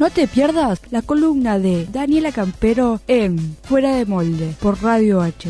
No te pierdas la columna de Daniela Campero en Fuera de Molde por Radio H.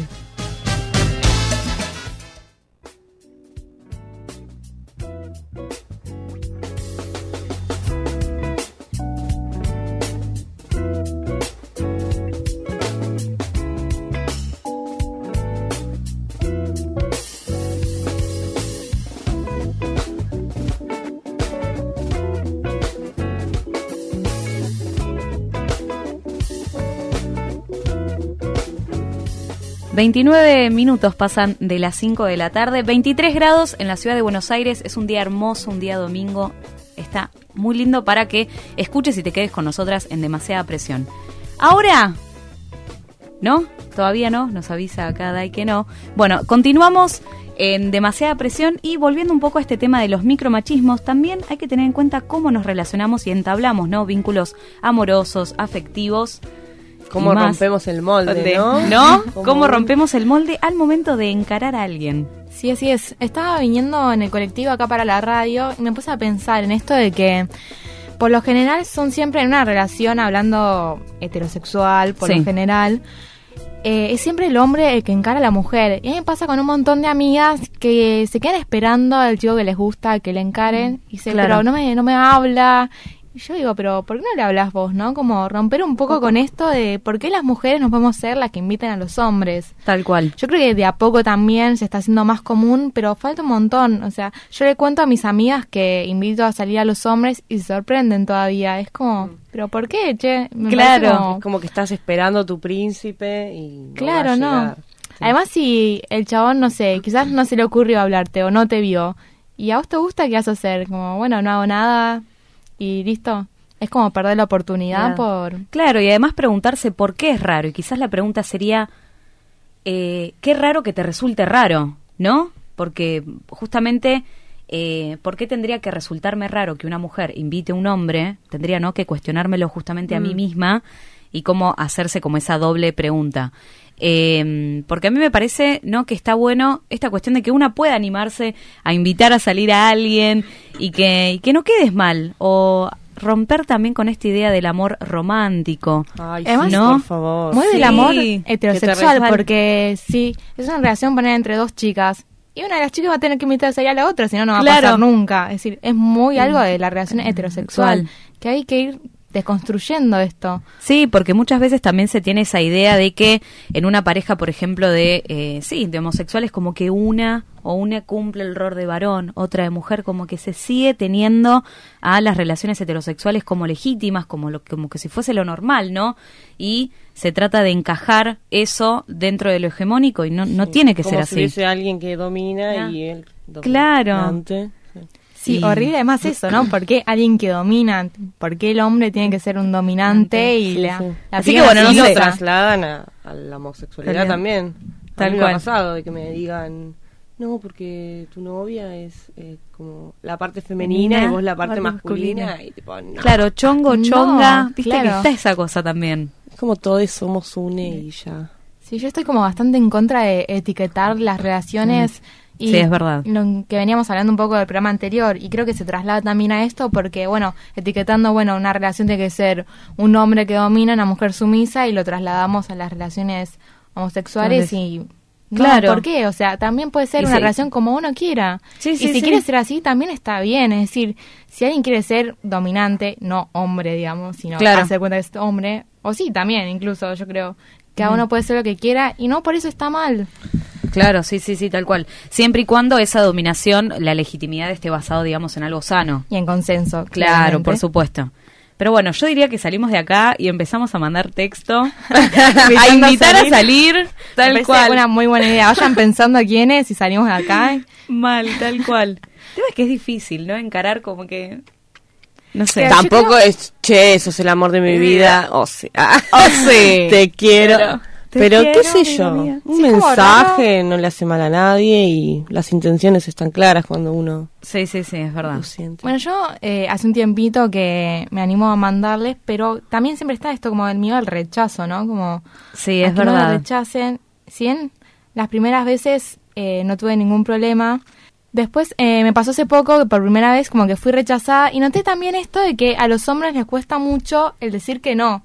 Veintinueve minutos pasan de las 5 de la tarde, 23 grados en la ciudad de Buenos Aires, es un día hermoso, un día domingo, está muy lindo para que escuches y te quedes con nosotras en demasiada presión. Ahora, ¿no? Todavía no, nos avisa acá Dai que no. Bueno, continuamos en demasiada presión y volviendo un poco a este tema de los micromachismos, también hay que tener en cuenta cómo nos relacionamos y entablamos, ¿no? Vínculos amorosos, afectivos. ¿Cómo y más. rompemos el molde, De- no? ¿No? ¿Cómo rompemos el molde al momento de encarar a alguien? Sí, así es. Estaba viniendo en el colectivo acá para la radio y me puse a pensar en esto de que por lo general son siempre en una relación hablando heterosexual, por Sí. lo general. eh, es siempre el hombre el que encara a la mujer. Y a mí me pasa con un montón de amigas que se quedan esperando al chico que les gusta, que le encaren. Y dice, Claro. pero no me, no me habla. Y yo digo, pero ¿por qué no le hablas vos, no? Como romper un poco con esto de por qué las mujeres no podemos ser las que invitan a los hombres. Tal cual. Yo creo que de a poco también se está haciendo más común, pero falta un montón. O sea, yo le cuento a mis amigas que invito a salir a los hombres y se sorprenden todavía. Es como, ¿pero por qué, che? Me Claro. parece Mm. Es como que estás esperando tu príncipe y. no va Claro, a no. llegar. Además, si el chabón, no sé, quizás no se le ocurrió hablarte o no te vio, y a vos te gusta, ¿qué vas a hacer? Como, bueno, no hago nada y listo. Es como perder la Claro. oportunidad por... Claro, y además preguntarse por qué es raro. Y quizás la pregunta sería, eh, qué raro que te resulte raro, ¿no? Porque justamente, eh, ¿por qué tendría que resultarme raro que una mujer invite a un hombre? Tendría, ¿no? Que cuestionármelo justamente a mí misma y cómo hacerse como esa doble pregunta. Eh, porque a mí me parece, ¿no? Que está bueno esta cuestión de que una pueda animarse a invitar a salir a alguien y que, y que no quedes mal o romper también con esta idea del amor romántico. Ay, Además, sí, ¿no? por favor. Mueve Sí. el amor Que te heterosexual, resbal- porque sí, es una relación poner entre dos chicas. Y una de las chicas va a tener que invitar a salir a la otra, si no, no va Claro. a pasar nunca. Es decir, es muy algo de la relación heterosexual. Sexual. Que hay que ir desconstruyendo esto. Sí, porque muchas veces también se tiene esa idea de que en una pareja, por ejemplo, de eh, sí, de homosexuales, como que una o una cumple el rol de varón, otra de mujer, como que se sigue teniendo a las relaciones heterosexuales como legítimas, como lo como que si fuese lo normal, ¿no? Y se trata de encajar eso dentro de lo hegemónico y no no tiene que Como ser si así. hubiese alguien que domina Ah. y él. dominante. Claro. Sí. Sí, Y- horrible además eso, ¿no? ¿Por qué alguien que domina? ¿Por qué el hombre tiene que ser un dominante y Sí, la, sí. la Así que piba bueno, no es y sé. lo otra? trasladan a, a la homosexualidad Tal- también. tal a mí me cual. ha pasado de que me digan, no, porque tu novia es eh, como la parte femenina Femenina, y vos la parte parte, masculina. masculina. Y tipo, no. Claro, chongo, No, chonga, viste que claro. está esa cosa también. Es como todos somos une y ya. Sí, yo estoy como bastante en contra de etiquetar las relaciones. Y Sí, es verdad. Lo que veníamos hablando un poco del programa anterior, y creo que se traslada también a esto porque, bueno, etiquetando, bueno, una relación tiene que ser un hombre que domina, una mujer sumisa, y lo trasladamos a las relaciones homosexuales y... no, Claro. ¿Por qué? O sea, también puede ser Y una sí. relación como uno quiera. Sí, y sí, si sí. quiere ser así, también está bien. Es decir, si alguien quiere ser dominante, no hombre, digamos, sino Claro. hacer cuenta que es hombre, o sí, también, incluso, yo creo. Cada Mm. uno puede ser lo que quiera y no por eso está mal. Claro, sí, sí, sí, tal cual. Siempre y cuando esa dominación, la legitimidad esté basado, digamos, en algo sano. Y en consenso. Claro, claramente. por supuesto. Pero bueno, yo diría que salimos de acá y empezamos a mandar texto, a invitar a salir, Me tal parece cual. Una muy buena idea. Vayan pensando quién es y salimos de acá. Mal, tal cual. El tema es que es difícil, ¿no? Encarar como que... No sé. Pero Tam- yo Tampoco es, che, eso es el amor de mi vida. O sea, te quiero. Claro. Te Pero quiero, qué sé vida yo, mía. un Sí, es como mensaje no le hace mal a nadie y las intenciones están claras cuando uno Sí, sí, sí, es verdad. lo siente. Bueno, yo eh, hace un tiempito que me animo a mandarles, pero también siempre está esto como el miedo al rechazo, ¿no? Como Sí, a es que no me verdad. rechacen. Si bien las primeras veces eh, no tuve ningún problema, Después eh, me pasó hace poco que por primera vez como que fui rechazada y noté también esto de que a los hombres les cuesta mucho el decir que no.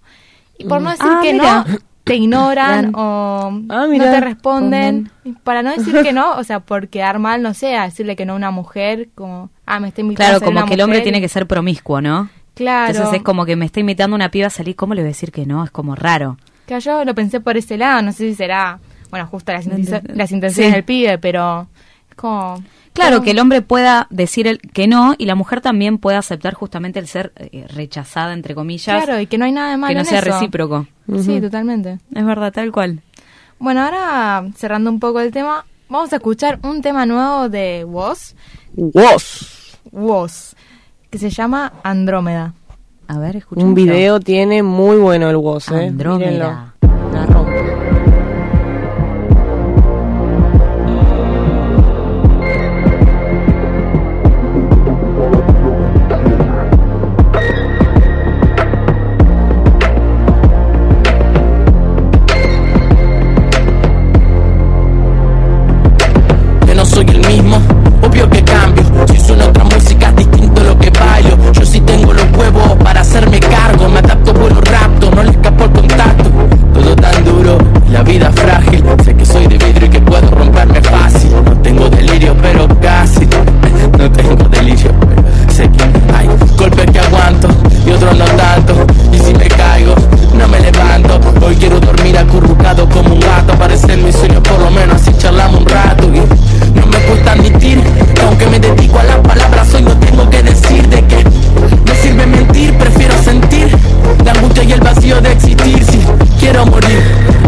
Y por no decir Ah, que mira. no, te ignoran o Ah, no mira. te responden. Y Para no decir que no, o sea, por quedar mal, no sé, a decirle que no a una mujer, como, ah, me está invitando a Claro, salir como una que el hombre mujer. tiene que ser promiscuo, ¿no? Claro. Entonces es como que me está invitando una piba a salir, ¿cómo le voy a decir que no? Es como raro. Que yo lo pensé por ese lado, no sé si será, bueno, justo las, No intencio- entiendo. las intenciones Sí. del pibe, pero es como... Claro, que el hombre pueda decir el que no y la mujer también pueda aceptar justamente el ser eh, rechazada, entre comillas, Claro, y que no hay nada de malo que no en sea eso. recíproco. Sí, totalmente. Es verdad, tal cual. Bueno, ahora cerrando un poco el tema, vamos a escuchar un tema nuevo de Woz, ¡Wos! Woz, que se llama Andrómeda. A ver, escuchamos. Un video tiene muy bueno el Wos, ¿eh? Andrómeda. Mírenlo. La rompe. Yo no soy el mismo, obvio que cambio. Si suena otra música, es distinto lo que bailo. Yo sí tengo los huevos para hacerme cargo. Me adapto por los rapto, no le escapo el contacto. Todo tan duro, la vida frágil. Sé que soy de vidrio y que puedo romperme fácil. No tengo delirio, pero casi. No tengo delirio, pero sé que hay golpes que aguanto y otros no tanto. Y si me caigo, no me levanto. Hoy quiero dormir acurrucado como un gato. Parecen mis sueños, por lo menos así charlamos un rato. Y no me cuesta admitir que aunque me dedico a las palabras, hoy no tengo que decir de que me sirve mentir. Prefiero sentir la angustia y el vacío de existir. Si quiero morir,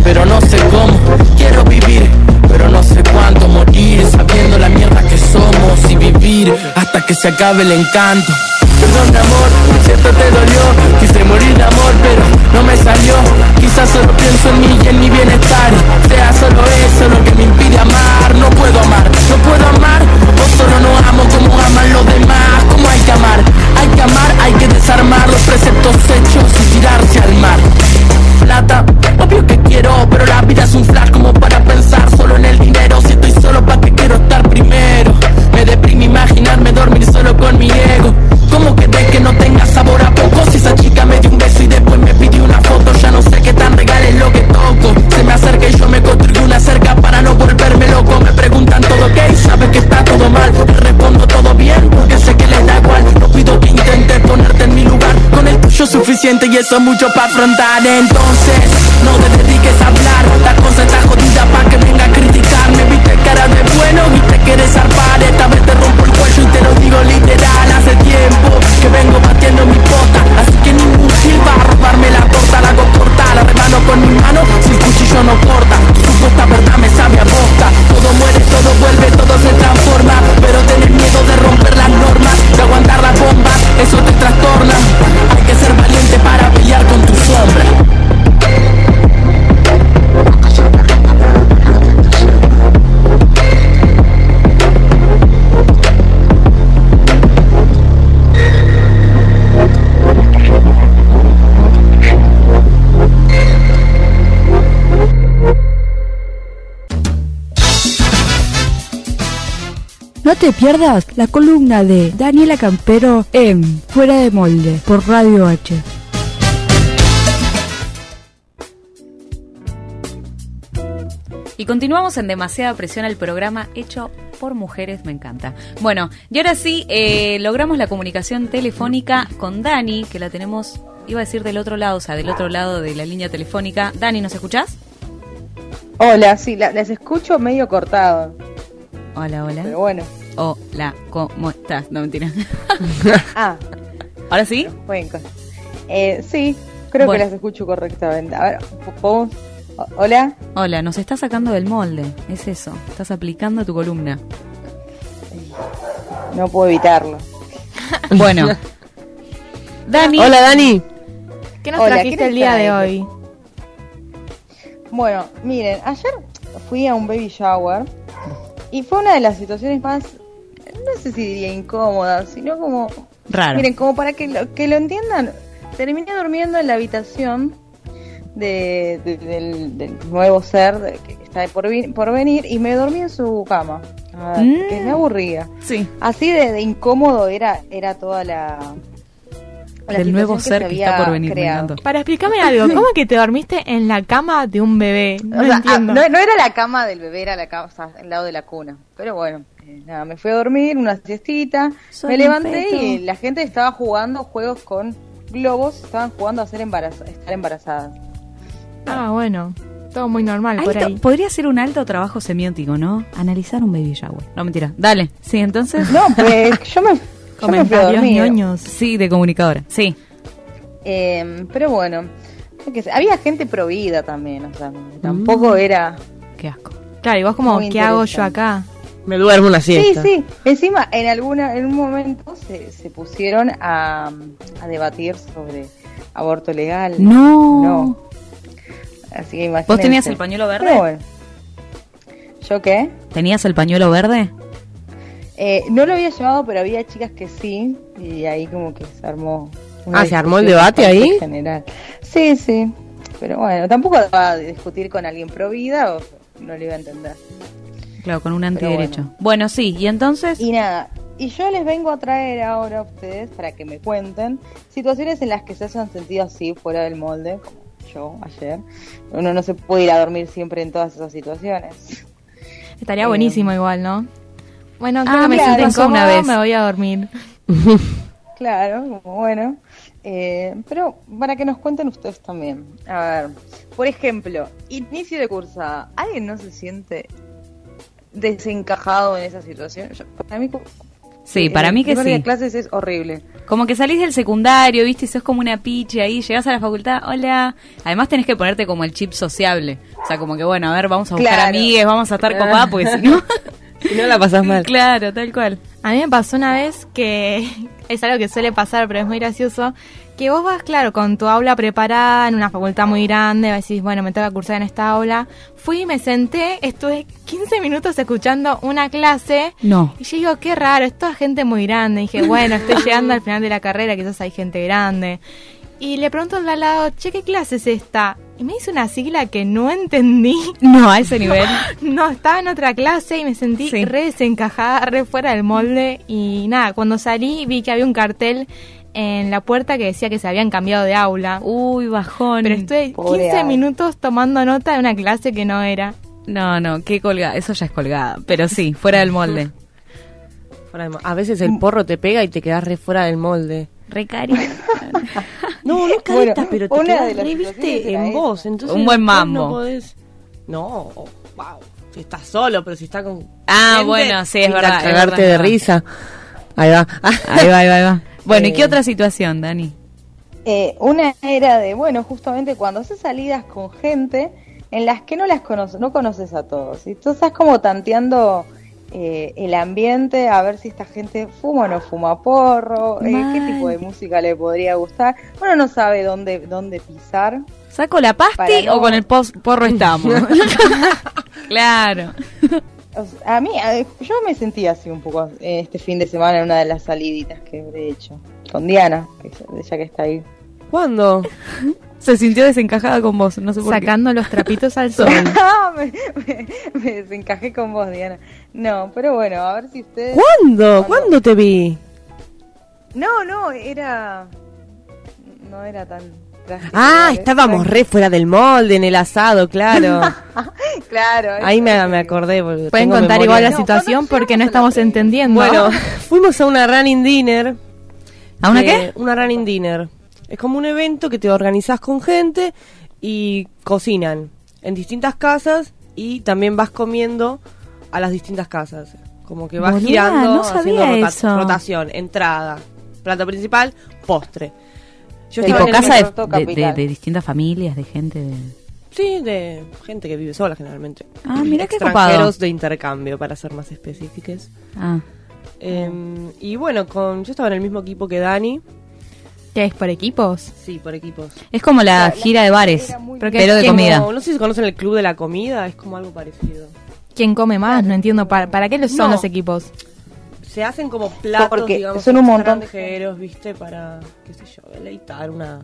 pero no sé cómo. Quiero vivir, pero no sé cuánto morir. Sabiendo la mierda que somos y vivir hasta que se acabe el encanto. Perdón mi amor, siento te dolió Quise morir de amor pero no me salió Quizás solo pienso en mí y en mi bienestar Sea solo eso lo que me impide amar No puedo amar, no puedo amar O solo no amo como aman los demás ¿Cómo hay que amar? Hay que amar, hay que desarmar los preceptos hechos y tirarse al mar Plata, obvio que quiero Pero la vida es un flash como para pensar solo en el dinero Si estoy solo pa' que quiero estar primero Me deprime imaginarme dormir solo con mi ego ¿Cómo querés que no tenga sabor a poco? Si esa chica me dio un beso y después me pidió una foto Ya no sé qué tan regal es lo que toco Se me acerca y yo me construyo una cerca para no volverme loco Me preguntan todo ok, sabes que está todo mal Les Respondo todo bien porque sé que les da igual No pido que intentes ponerte en mi lugar Con el tuyo es suficiente y eso es mucho para afrontar Entonces, no te dediques a hablar La cosa está jodida pa' que venga a criticarme Viste cara de bueno y te quieres zarpar Esta vez te rompo el cuello y te lo digo literal Hace tiempo que vengo batiendo mi pota Así que ningún gil va a robarme la torta La hago corta, la remano con mi mano Si el cuchillo no corta Tu supuesta verdad me sabe a bosta Todo muere, todo vuelve, todo se transforma Pero tenés miedo de romper las normas De aguantar las bombas, eso te trastorna Hay que ser valiente para pelear con tu sombra No te pierdas la columna de Daniela Campero en Fuera de Molde por Radio H. Y continuamos en Demasiada Presión, el programa hecho por mujeres, me encanta. Bueno, y ahora sí, eh, logramos la comunicación telefónica con Dani, que la tenemos, iba a decir del otro lado, o sea, del otro lado de la línea telefónica. Dani, ¿nos escuchás? Hola, sí, Oh, la- las escucho medio cortado, Hola, pero hola. bueno. Hola, ¿cómo estás? No, mentira. Ah, ¿Ahora sí? bueno. con- Eh, sí, creo Bueno. que las escucho correctamente. A ver, po- po- o- Hola, Hola, nos está sacando del molde, es eso, estás aplicando tu columna. no puedo evitarlo. Bueno. Dani. Hola Dani. ¿Qué nos Hola, trajiste ¿quién el día está de ahí? hoy? Bueno, miren, ayer fui a un baby shower y fue una de las situaciones más, no sé si diría incómodas, sino como, Raro. miren, como para que lo, que lo entiendan, terminé durmiendo en la habitación de, de- del, del nuevo ser de- que está por, vi- por venir y me dormí en su cama. Ah, Que Mm. me aburría. Sí. Así de, de incómodo era, era toda la. la Del nuevo situación ser se que, está había por venir. me creado. encantó. Para explicarme algo, ¿cómo es que te dormiste en la cama de un bebé? No O sea, ah, entiendo. no, no era la cama del bebé, era la cama, o sea, al lado de la cuna. Pero bueno, eh, nada, me fui a dormir, una siestita, Soy me un levanté feto. y la gente estaba jugando juegos con globos, estaban jugando a ser embaraz estar embarazadas. Ah, bueno. Todo muy normal por Alto- ahí. podría ser un alto trabajo semiótico, ¿no? Analizar un baby shower. No, mentira. Dale. Sí, entonces. No, pues yo me, yo me fui a Comentarios dormir. ñoños. Sí, de comunicadora. Sí. Eh, pero bueno, yo qué sé, había gente provida también, o sea, Mm. tampoco era... Qué asco. Claro, y vos como, Muy ¿qué hago yo acá? Me duermo una Sí, siesta. sí, encima en alguna en un momento se, se pusieron a, a debatir sobre aborto legal. No. No. Así que imagínense. ¿Vos tenías el pañuelo verde? Pero bueno. ¿Yo qué? ¿Tenías el pañuelo verde? Eh, no lo había llevado, pero había chicas que sí. Y ahí como que se armó. Ah, ¿se armó el discusión debate bastante ahí? General. Sí, sí. Pero bueno, tampoco va a discutir con alguien pro vida o no lo iba a entender. Claro, con un Pero antiderecho. Bueno. sí. ¿Y entonces? Y nada, y yo les vengo a traer ahora a ustedes para que me cuenten situaciones en las que se hayan sentido así, fuera del molde, como yo ayer. Uno no se puede ir a dormir siempre en todas esas situaciones. Estaría Eh, buenísimo igual, ¿no? Bueno, creo Ah, que me claro, siento pasó una incómoda, vez. me voy a dormir. Claro, como bueno. Eh, pero para que nos cuenten ustedes también. A ver, por ejemplo, inicio de cursada. ¿Alguien no se siente desencajado en esa situación? Yo- para mí, eh, sí, para mí que El primer día de sí. clases es horrible. Como que salís del secundario, viste, y sos como una piche ahí, llegás a la facultad, hola. Además tenés que ponerte como el chip sociable. O sea, como que bueno, a ver, vamos a buscar Claro. amigues, vamos a estar copadas, porque si no. Si no la pasas mal. claro, tal cual. A mí me pasó una vez que es algo que suele pasar, pero es muy gracioso, que vos vas, claro, con tu aula preparada en una facultad muy grande, vas y decís, bueno, me toca cursar en esta aula. Fui y me senté, estuve 15 minutos escuchando una clase. No. Y yo digo, qué raro, es toda gente muy grande. Y dije, bueno, estoy llegando al final de la carrera, quizás hay gente grande. Y le pregunto al de al lado, che, ¿qué clase es esta? Y me hizo una sigla que no entendí. No, a ese nivel. No, estaba en otra clase y me sentí Sí. re desencajada, re fuera del molde. Y nada, cuando salí vi que había un cartel en la puerta que decía que se habían cambiado de aula. Uy, bajón. Pero estuve Pobre 15 aula. minutos tomando nota de una clase que no era. No, no, qué colgada. Eso ya es colgada. Pero sí, fuera del molde. Fuera del mo- A veces el porro te pega y te quedas re fuera del molde. Recari. No, no Bueno, careta, pero te una quedas de las re, situaciones viste, era en esa. vos. Entonces Un buen después mambo. No, podés... no oh, wow. Si estás solo, pero si estás con. Ah, gente, bueno, sí, es pinta verdad, es Cagarte verdad, de es verdad. risa. Ahí va. Ahí va, ahí va, ahí va. Bueno, ¿y qué otra situación, Dani? Eh, una era de, bueno, justamente cuando haces salidas con gente en las que no las conoces, no conoces a todos. Y tú estás como tanteando eh, el ambiente a ver si esta gente fuma o no fuma porro, eh, qué Mal. tipo de música le podría gustar. Uno no sabe dónde, dónde pisar. ¿Saco la Para pasti no- o con el pos- porro estamos? claro. O sea, a mí, a- yo me sentí así un poco eh, este fin de semana en una de las saliditas que he hecho con Diana, que ya- ya que está ahí. ¿Cuándo? Se sintió desencajada con vos, no sé por qué. Sacando los trapitos al sol. Ah, me, me- me desencajé con vos, Diana. No, pero bueno, a ver si ustedes... ¿Cuándo? ¿Cuándo te vi? No, no, era. No era tan. drástico, Ah, ¿vale? estábamos re fuera del molde en el asado, claro. Claro. Ahí eso me, es me lo que- acordé. porque Pueden tengo contar memoria. igual la No, situación cuando llegamos porque no a la estamos pre- entendiendo. Bueno, fuimos a una running dinner. ¿A una Eh, qué? Una running dinner. Es como un evento que te organizás con gente y cocinan en distintas casas y también vas comiendo a las distintas casas. Como que vas Boluda, girando, no sabía haciendo rota- eso. rotación, entrada, plato principal, postre. Yo estaba Tipo Tipo en el casa metro, de- todo de, de- capital. de distintas familias, de gente de... Sí, de gente que vive sola generalmente. Ah, mirá qué copado. Extranjeros de intercambio, para ser más específicas. Ah, Em, y bueno, con yo estaba en el mismo equipo que Dani. ¿Qué es por equipos? Sí, por equipos. Es como la gira de bares, era muy Porque pero de ¿quién comida. No, no sé si conocen el club de la comida, es como algo parecido. ¿Quién come más? No entiendo. ¿Para, para qué los son No. los equipos? Se hacen como platos, Porque digamos, son un montón de extranjeros, viste, para, qué sé yo, deleitar una,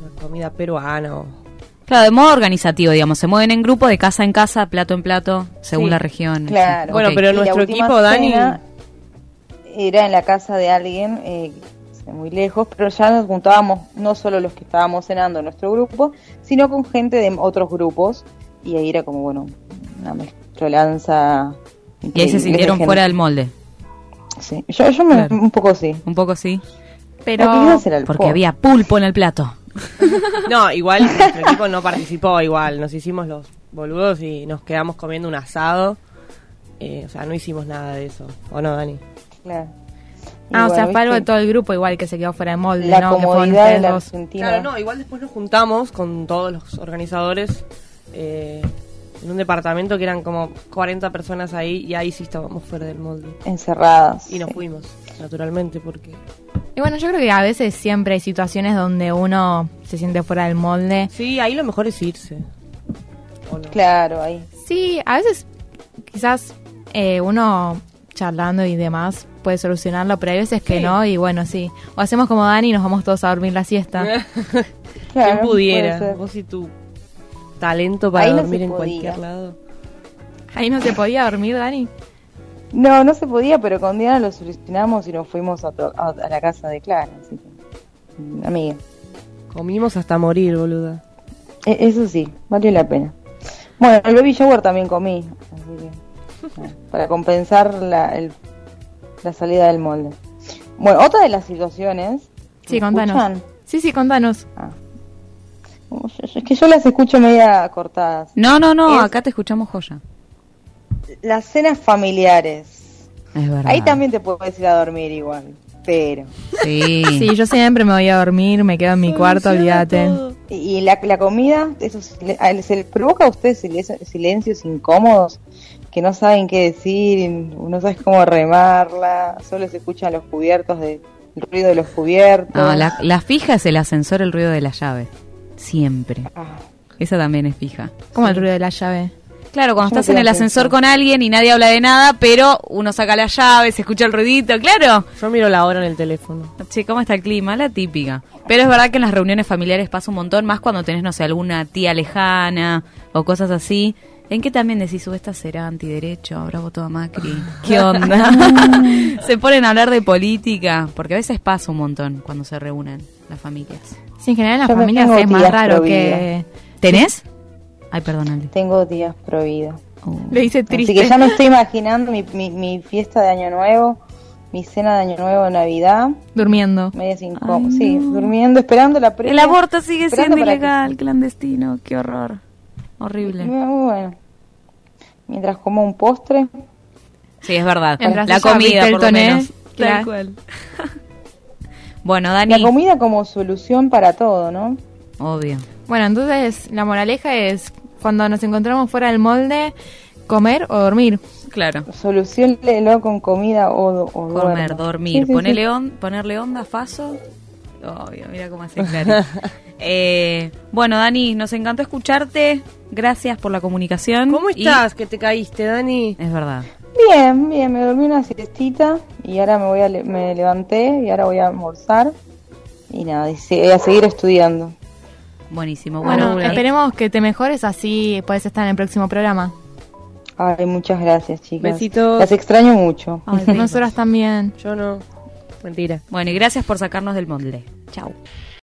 una comida peruana o Claro, de modo organizativo, digamos. Se mueven en grupo, de casa en casa, plato en plato, según Sí, la región. claro. Ok. Bueno, pero Y la nuestro última equipo, Dani- cena Era en la casa de alguien, eh, muy lejos, pero ya nos juntábamos, no solo los que estábamos cenando en nuestro grupo, sino con gente de otros grupos. Y ahí era como, bueno, una mezclolanza. Y ahí se increíble sintieron de fuera del gente. molde. Sí. Yo, yo me, Claro. un poco sí. Un poco sí. Pero Porque quizás era el Porque pop. había pulpo en el plato. No, igual nuestro equipo no participó, igual. Nos hicimos los boludos y nos quedamos comiendo un asado. Eh, o sea, no hicimos nada de eso. ¿O no, Dani? Claro. Y Ah, o bueno, sea, fue algo de viste, todo el grupo igual que se quedó fuera de molde, La ¿no? Que fueron comodidad ustedes del dos. argentino. Claro, no, igual después nos juntamos con todos los organizadores eh, en un departamento que eran como 40 personas ahí y ahí sí estábamos fuera del molde. Encerradas. Y nos sí. fuimos, naturalmente, porque... Y bueno, yo creo que a veces siempre hay situaciones donde uno se siente fuera del molde. Sí, ahí lo mejor es irse. ¿O no? Claro, ahí. Sí, a veces quizás eh, uno charlando y demás puede solucionarlo, pero hay veces que no y bueno, sí. O hacemos como Dani y nos vamos todos a dormir la siesta. Claro, ¿Quién puede Ah, pudiera? ser. Vos y tu talento para Ahí no dormir se en podía. cualquier lado. Ahí no se podía dormir, Dani. No, no se podía, pero con Diana lo solucionamos y nos fuimos a, to- a- a la casa de Clara. Así que, mm, amiga, Comimos hasta morir, boluda. E- eso sí, valió la pena. Bueno, el baby shower también comí, así que, bueno, para compensar la, el- la salida del molde. Bueno, otra de las situaciones. Sí, ¿me contanos. escuchan? Sí, sí, contanos. Ah. Es que yo las escucho media cortadas. No, no, no, Es- acá te escuchamos joya. Las cenas familiares. Es verdad. Ahí también te puedes ir a dormir igual, pero... Sí. Sí, yo siempre me voy a dormir, me quedo en mi cuarto, olvídate. Y la, la comida, eso se- a- se les provoca a ustedes silencio- silencios incómodos que no saben qué decir, no sabes cómo remarla, solo se escuchan los cubiertos, de, el ruido de los cubiertos. No, la, la fija es el ascensor, el ruido de la llave. Siempre. Ah, Esa también es fija. Como el ruido de la llave. Claro, cuando Yo me estás en quedé el ascensor pensando. con alguien y nadie habla de nada, pero uno saca la llave, se escucha el ruidito, claro. Yo miro la hora en el teléfono. Che, ¿cómo está el clima? La típica. Pero es verdad que en las reuniones familiares pasa un montón, más cuando tenés, no sé, alguna tía lejana o cosas así. En que también decís, "Uh, esta será antiderecho, habrá votado a Macri. ¿Qué onda? se ponen a hablar de política, porque a veces pasa un montón cuando se reúnen las familias. Sí, en general en las Yo me familias tengo es más días raro pro que... ¿Tenés? Ay, perdón, Andy. tengo días pro vida. Uh. Lo dice triste. Así que ya me estoy imaginando mi, mi, mi fiesta de Año Nuevo, mi cena de Año Nuevo, Navidad, Durmiendo. medias incómodas, sí, durmiendo, esperando la previa, El aborto sigue esperando siendo para que- ilegal, clandestino, qué horror. Horrible. Muy bueno. Mientras como un postre, Sí, es verdad. Mientras La ella comida, viste por el lo toné, menos. claro. Bueno, la Dani, comida como solución para todo, ¿no? obvio. Bueno, entonces la moraleja es cuando nos encontramos fuera del molde, comer o dormir. Claro. Soluciónelo con comida o, o Comer, duerma. dormir, Sí, sí, ponerle, sí. on- ponerle onda, faso. Obvio, mira cómo hace claro. Eh, bueno, Dani, nos encantó escucharte. Gracias por la comunicación. ¿Cómo Y- estás? Que te caíste, Dani. es verdad. Bien, bien, me dormí una siestita y ahora me voy a le- me levanté y ahora voy a almorzar y nada, y se- a seguir estudiando. Buenísimo. Bueno, Bueno, eh, esperemos que te mejores así puedes estar en el próximo programa. Ay, muchas gracias, chicas. Besitos. Las extraño mucho. ay, Nosotras también. Yo no. Mentira. bueno, y gracias por sacarnos del molde. Chau.